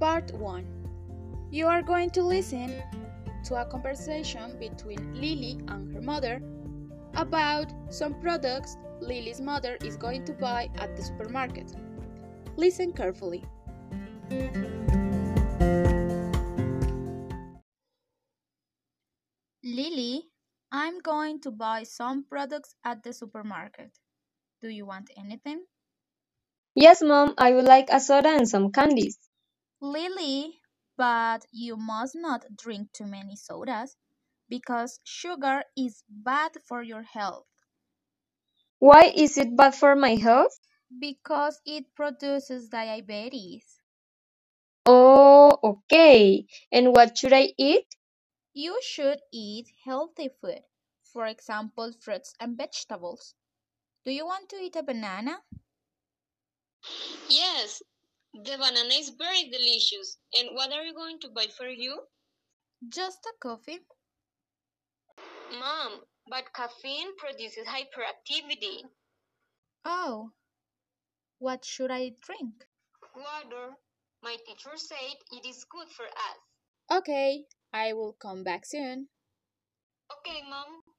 Part 1 You are going to listen to a conversation between Lily and her mother about some products Lily's mother is going to buy at the supermarket. Listen carefully. Lily, I'm going to buy some products at the supermarket. Do you want anything? Yes, Mom, I would like a soda and some candies. Lily, but you must not drink too many sodas because sugar is bad for your health Why is it bad for my health? because it produces diabetes. Oh, okay. And what should I eat? You should eat healthy food, for example, fruits and vegetables. Do you want to eat a banana? Yes, the banana is very delicious. And what are you going to buy for you? Just a coffee? Mom, but caffeine produces hyperactivity. Oh, what should I drink? Water. My teacher said it is good for us. Okay, I will come back soon. Okay, Mom.